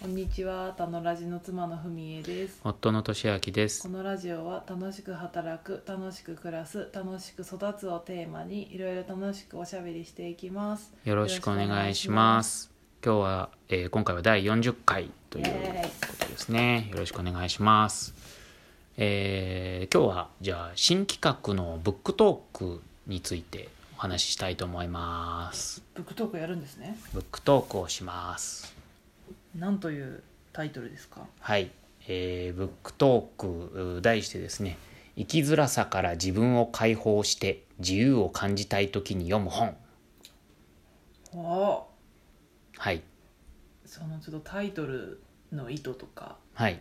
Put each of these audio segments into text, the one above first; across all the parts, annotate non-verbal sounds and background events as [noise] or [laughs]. こんにちは、たのラジの妻のふみえです。夫の俊明ですこ。のラジオは楽しく働く、楽しく暮らす、楽しく育つをテーマにいろいろ楽しくおしゃべりしていきます。よろしくお願いします。今日は、えー今回は第40回というイエーイことですね。よろしくお願いします。えー今日はじゃあ新企画のブックトークについてお話ししたいと思います。ブックトークやるんですね。ブックトークをします。なんというタイトルですか。はい、えーブックトークう題してですね「生きづらさから自分を解放して自由を感じたい時に読む本おー」はいそのちょっとタイトルの意図とかはい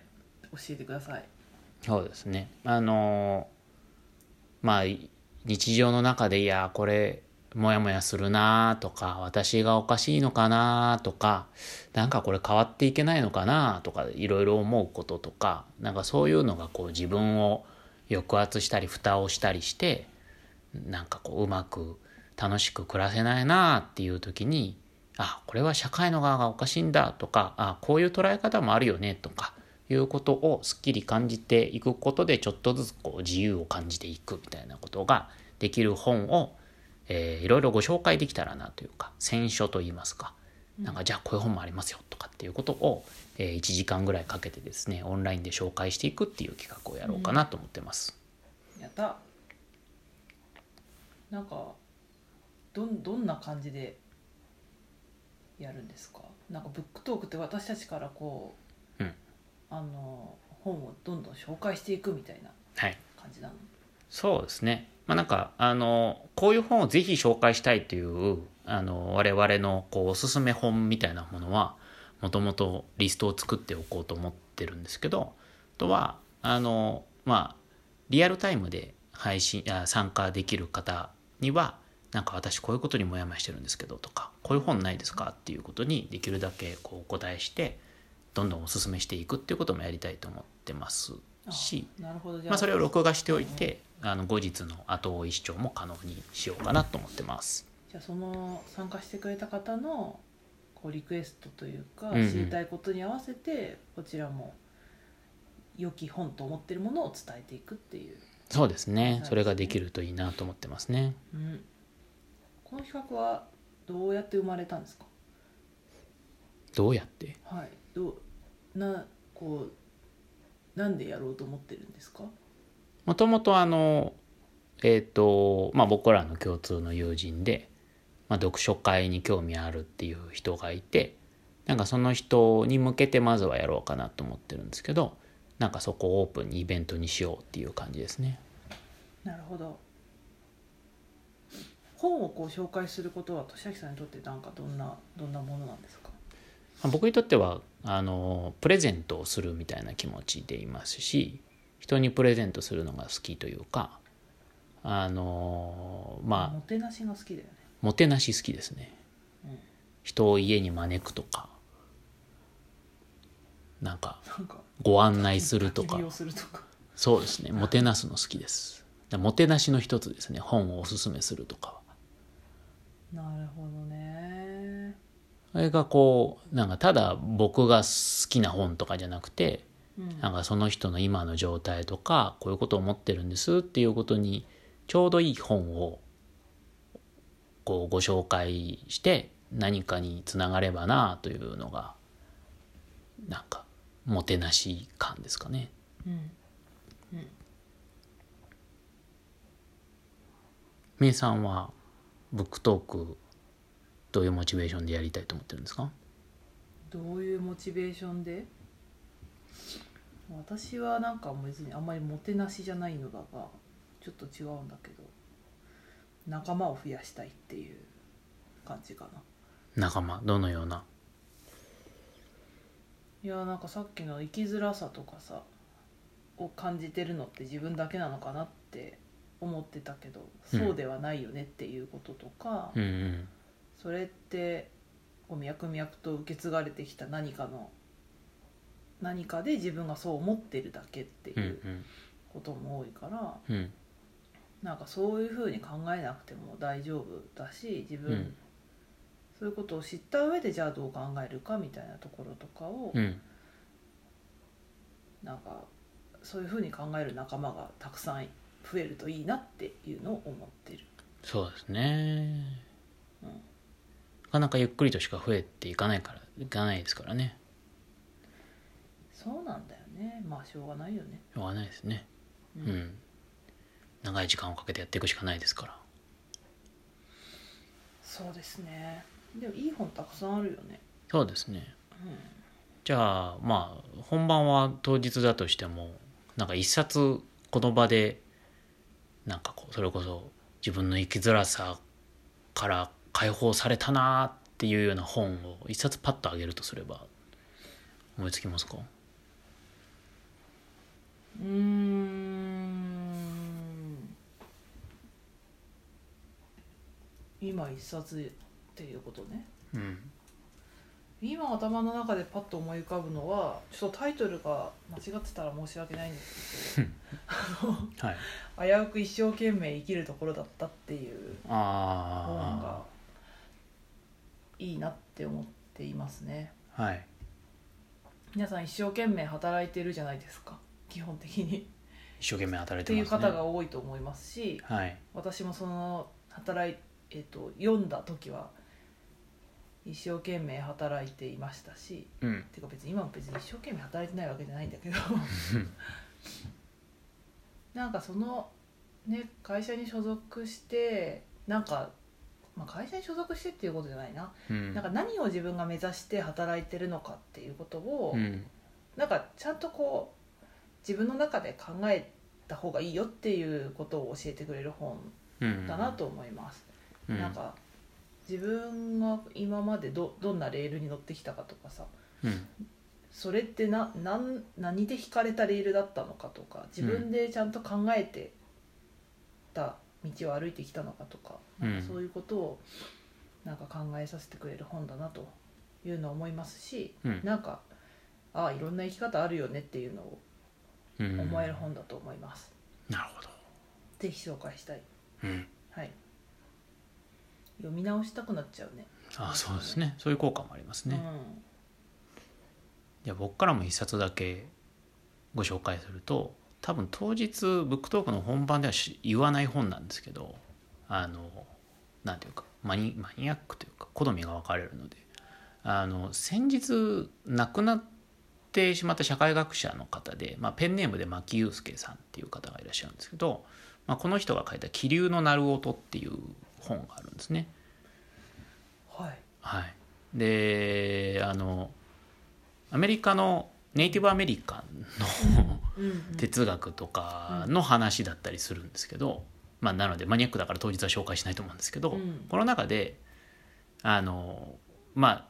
教えてください。そうですねあのーまあい日常の中でいやーこれモヤモヤするなーとか私がおかしいのかなーとかなんかこれ変わっていけないのかなーとかいろいろ思うこととかなんかそういうのがこう自分を抑圧したり蓋をしたりしてなんかこううまく楽しく暮らせないなっていう時にあこれは社会の側がおかしいんだとかあこういう捉え方もあるよねとかいうことをすっきり感じていくことでちょっとずつこう自由を感じていくみたいなことができる本を、えーいろいろご紹介できたらなというか選書といいますかなんかじゃあこういう本もありますよとかっていうことを、え1時間ぐらいかけてですねオンラインで紹介していくっていう企画をやろうかなと思ってます。やった。なんかどんどんな感じでやるんですか。なんかブックトークって私たちからこう、うんあの本をどんどん紹介していくみたいなはい感じなの。そうですね。まあ、なんかあのこういう本をぜひ紹介したいというあの我々のこうおすすめ本みたいなものはもともとリストを作っておこうと思ってるんですけどあとはあのまあリアルタイムで配信あ参加できる方にはなんか私こういうことにモヤモヤしてるんですけどとかこういう本ないですかっていうことにできるだけこうお答えしてどんどんおすすめしていくっていうこともやりたいと思ってますし。あなるほどじゃあ。まあ、それを録画しておいてあの後日の後追い視聴も可能にしようかなと思ってますじゃあその参加してくれた方のこうリクエストというか、うんうん知りたいことに合わせてこちらも良き本と思ってるものを伝えていくっていう、そうですねはいそれができるといいなと思ってますねうん、この企画はどうやって生まれたんですかどうやってはいどうなこうなんでやろうと思ってるんですかもともとあのえっ、とまあ僕らの共通の友人で、まあ、読書会に興味あるっていう人がいてなんかその人に向けてまずはやろうかなと思ってるんですけどなんかそこをオープンにイベントにしようっていう感じですねなるほど本をこう紹介することは俊明さんにとってなんかどんなどんなものなんですかまあ僕にとってはあのプレゼントをするみたいな気持ちでいますし人にプレゼントするのが好きというかあのまもあてなしが好きだよねもてなし好きですね、うん人を家に招くとかなんかなんかご案内すると焚かき火をするとかそうですねもてなすの好きですだからもてなしの一つですね本をおすすめするとかなはるほどねそれがこうなんかただ僕が好きな本とかじゃなくてうんなんかその人の今の状態とかこういうことを思ってるんですっていうことにちょうどいい本をこうご紹介して何かにつながればなというのがなんかもてなし感ですかね。うんめいさんはブックトークどういうモチベーションでやりたいと思ってるんですかどういうモチベーションで私はなんか別にあんまりもてなしじゃないのだがちょっと違うんだけど仲間を増やしたいっていう感じかな仲間どのようないやなんかさっきの生きづらさとかさを感じてるのって自分だけなのかなって思ってたけどうんそうではないよねっていうこととか、うんうんそれってこう脈々と受け継がれてきた何かの何かで自分がそう思ってるだけっていうんうことも多いから、うんうんなんかそういうふうに考えなくても大丈夫だし自分、うんそういうことを知った上でじゃあどう考えるかみたいなところとかを、うんなんかそういうふうに考える仲間がたくさん増えるといいなっていうのを思ってる。そうですねうんなかなかゆっくりとしか増えていかないからいかないですからねそうなんだよねまあしょうがないよねしょうがないですねううんん、長い時間をかけてやっていくしかないですからそうですねでもいい本たくさんあるよねそうですねじゃあまあ本番は当日だとしてもなんか一冊この場でなんかこうそれこそ自分の生きづらさから解放されたなっていうような本を一冊パッとあげるとすれば思いつきますかうんうーん今一冊っていうことねうん今頭の中でパッと思い浮かぶのはちょっとタイトルが間違ってたら申し訳ないんですけどはいあの危うく一生懸命生きるところだったっていう本があいいなって思っていますねあはい皆さん一生懸命働いてるじゃないですか基本的に、一生懸命働っいてていまうすね方が多いと思いますしはい私もその働い、えっと読んだ時は一生懸命働いていましたしうんてか別に今も別に一生懸命働いてないわけじゃないんだけど [laughs] なんかその、ね、会社に所属してなんか、まあ、会社に所属してっていうことじゃないな,、うんなんか何を自分が目指して働いてるのかっていうことを、うんなんかちゃんとこう自分の中で考えた方がいいよっていうことを教えてくれる本うんだなと思います、うんなんか自分が今までどどんなレールに乗ってきたかとかさうんそれってななん何で引かれたレールだったのかとか自分でちゃんと考えてた道を歩いてきたのかとか,、なんかそういうことをなんか考えさせてくれる本だなというのを思いますし、うんなんかああいろんな生き方あるよねっていうのをうん思える本だと思います、なるほどぜひ紹介したいうんはい読み直したくなっちゃうねあそうですねそういう効果もありますね、うんじゃあ僕からも一冊だけご紹介すると多分当日ブックトークの本番ではし言わない本なんですけどあのなんていうかマニマニアックというか好みが分かれるのであの先日亡くなってしまった社会学者の方で、まあ、ペンネームで牧祐介さんっていう方がいらっしゃるんですけど、まあ、この人が書いた「気流の鳴る音」っていう本があるんですね。はいはい、であのアメリカのネイティブアメリカンのうんうん哲学とかの話だったりするんですけど、まあ、なのでマニアックだから当日は紹介しないと思うんですけど、うんこの中であのまあ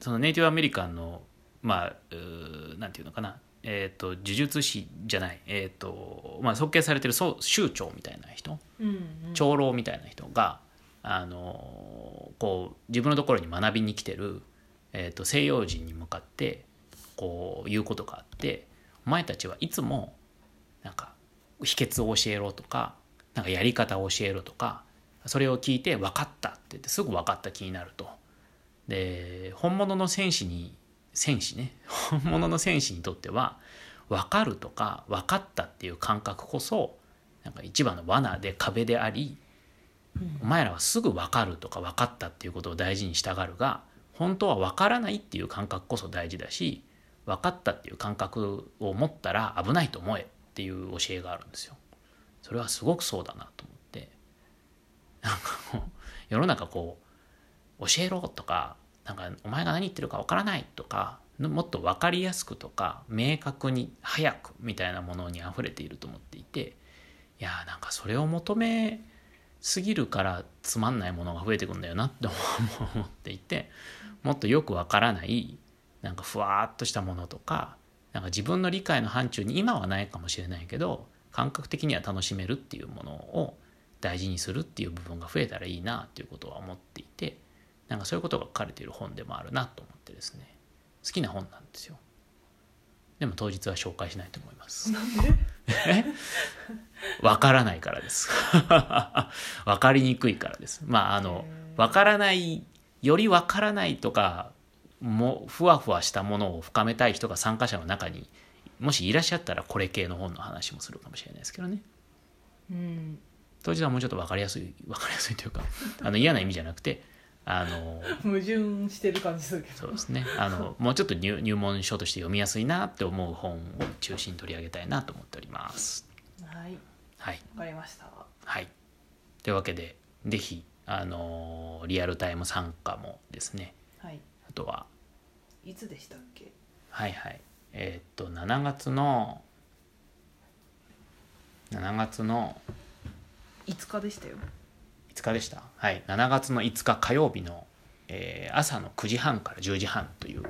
そのネイティブアメリカンのまあうーなんていうのかなえー、と呪術師じゃない、えーとまあ、尊敬されてるそう宗長みたいな人、うんうん長老みたいな人があのこう自分のところに学びに来てる、えー、と西洋人に向かってこう言うことがあって「お前たちはいつもなんか秘訣を教えろ」とか「なんかやり方を教えろ」とかそれを聞いて「分かった」って言ってすぐ分かった気になると。で本物の戦士に戦士ね [laughs] 本物の戦士にとっては分かるとか分かったっていう感覚こそなんか一番の罠で壁であり、お前らはすぐ分かるとか分かったっていうことを大事にしたがるが本当は分からないっていう感覚こそ大事だし分かったっていう感覚を持ったら危ないと思えっていう教えがあるんですよ。それはすごくそうだなと思ってなんかこう世の中こう教えろとかなんかお前が何言ってるか分からないとかもっと分かりやすくとか明確に早くみたいなものに溢れていると思っていていやーなんかそれを求めすぎるからつまんないものが増えてくんだよなって思う思っていてもっとよくわからないなんかふわーっとしたものとかなんか自分の理解の範疇に今はないかもしれないけど感覚的には楽しめるっていうものを大事にするっていう部分が増えたらいいなっていうことは思っていてなんかそういうことが書かれている本でもあるなと思ってですね好きな本なんですよでも当日は紹介しないと思いますなん [laughs] でわから [laughs] ないからです。わかりにくいからです。まあ、あの、わからないよりわからないとかもふわふわしたものを深めたい人が参加者の中にもしいらっしゃったらこれ系の本の話もするかもしれないですけどねうん当時はもうちょっとわかりやすい [laughs] わかりやすいというかあの嫌な意味じゃなくてあの矛盾してる感じするけそうですねあのもうちょっと入入門書として読みやすいなって思う本を中心に取り上げたいなと思っております。どはいはいわかりましたはい、というわけで是非、あのーリアルタイム参加もですねはいあとはいつでしたっけはいはいえーっと7月の7月の5日でしたよ5日でしたはい7月の5日火曜日の、えー朝の9時半から10時半という、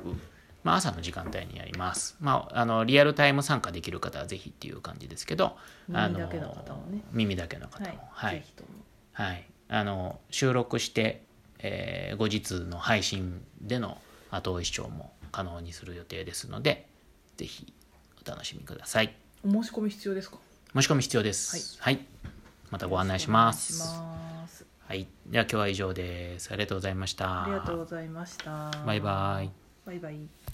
まあ、朝の時間帯にやりますまああのリアルタイム参加できる方はぜひっていう感じですけどあ耳だけの方もね耳だけの方もはい、ぜひともはい、あの収録して、えー後日の配信での後追い視聴も可能にする予定ですのでぜひお楽しみくださいお申し込み必要ですか申し込み必要ですはい、またご案内しますお願いしますはい、では今日は以上ですありがとうございましたありがとうございましたバイバイバイバイ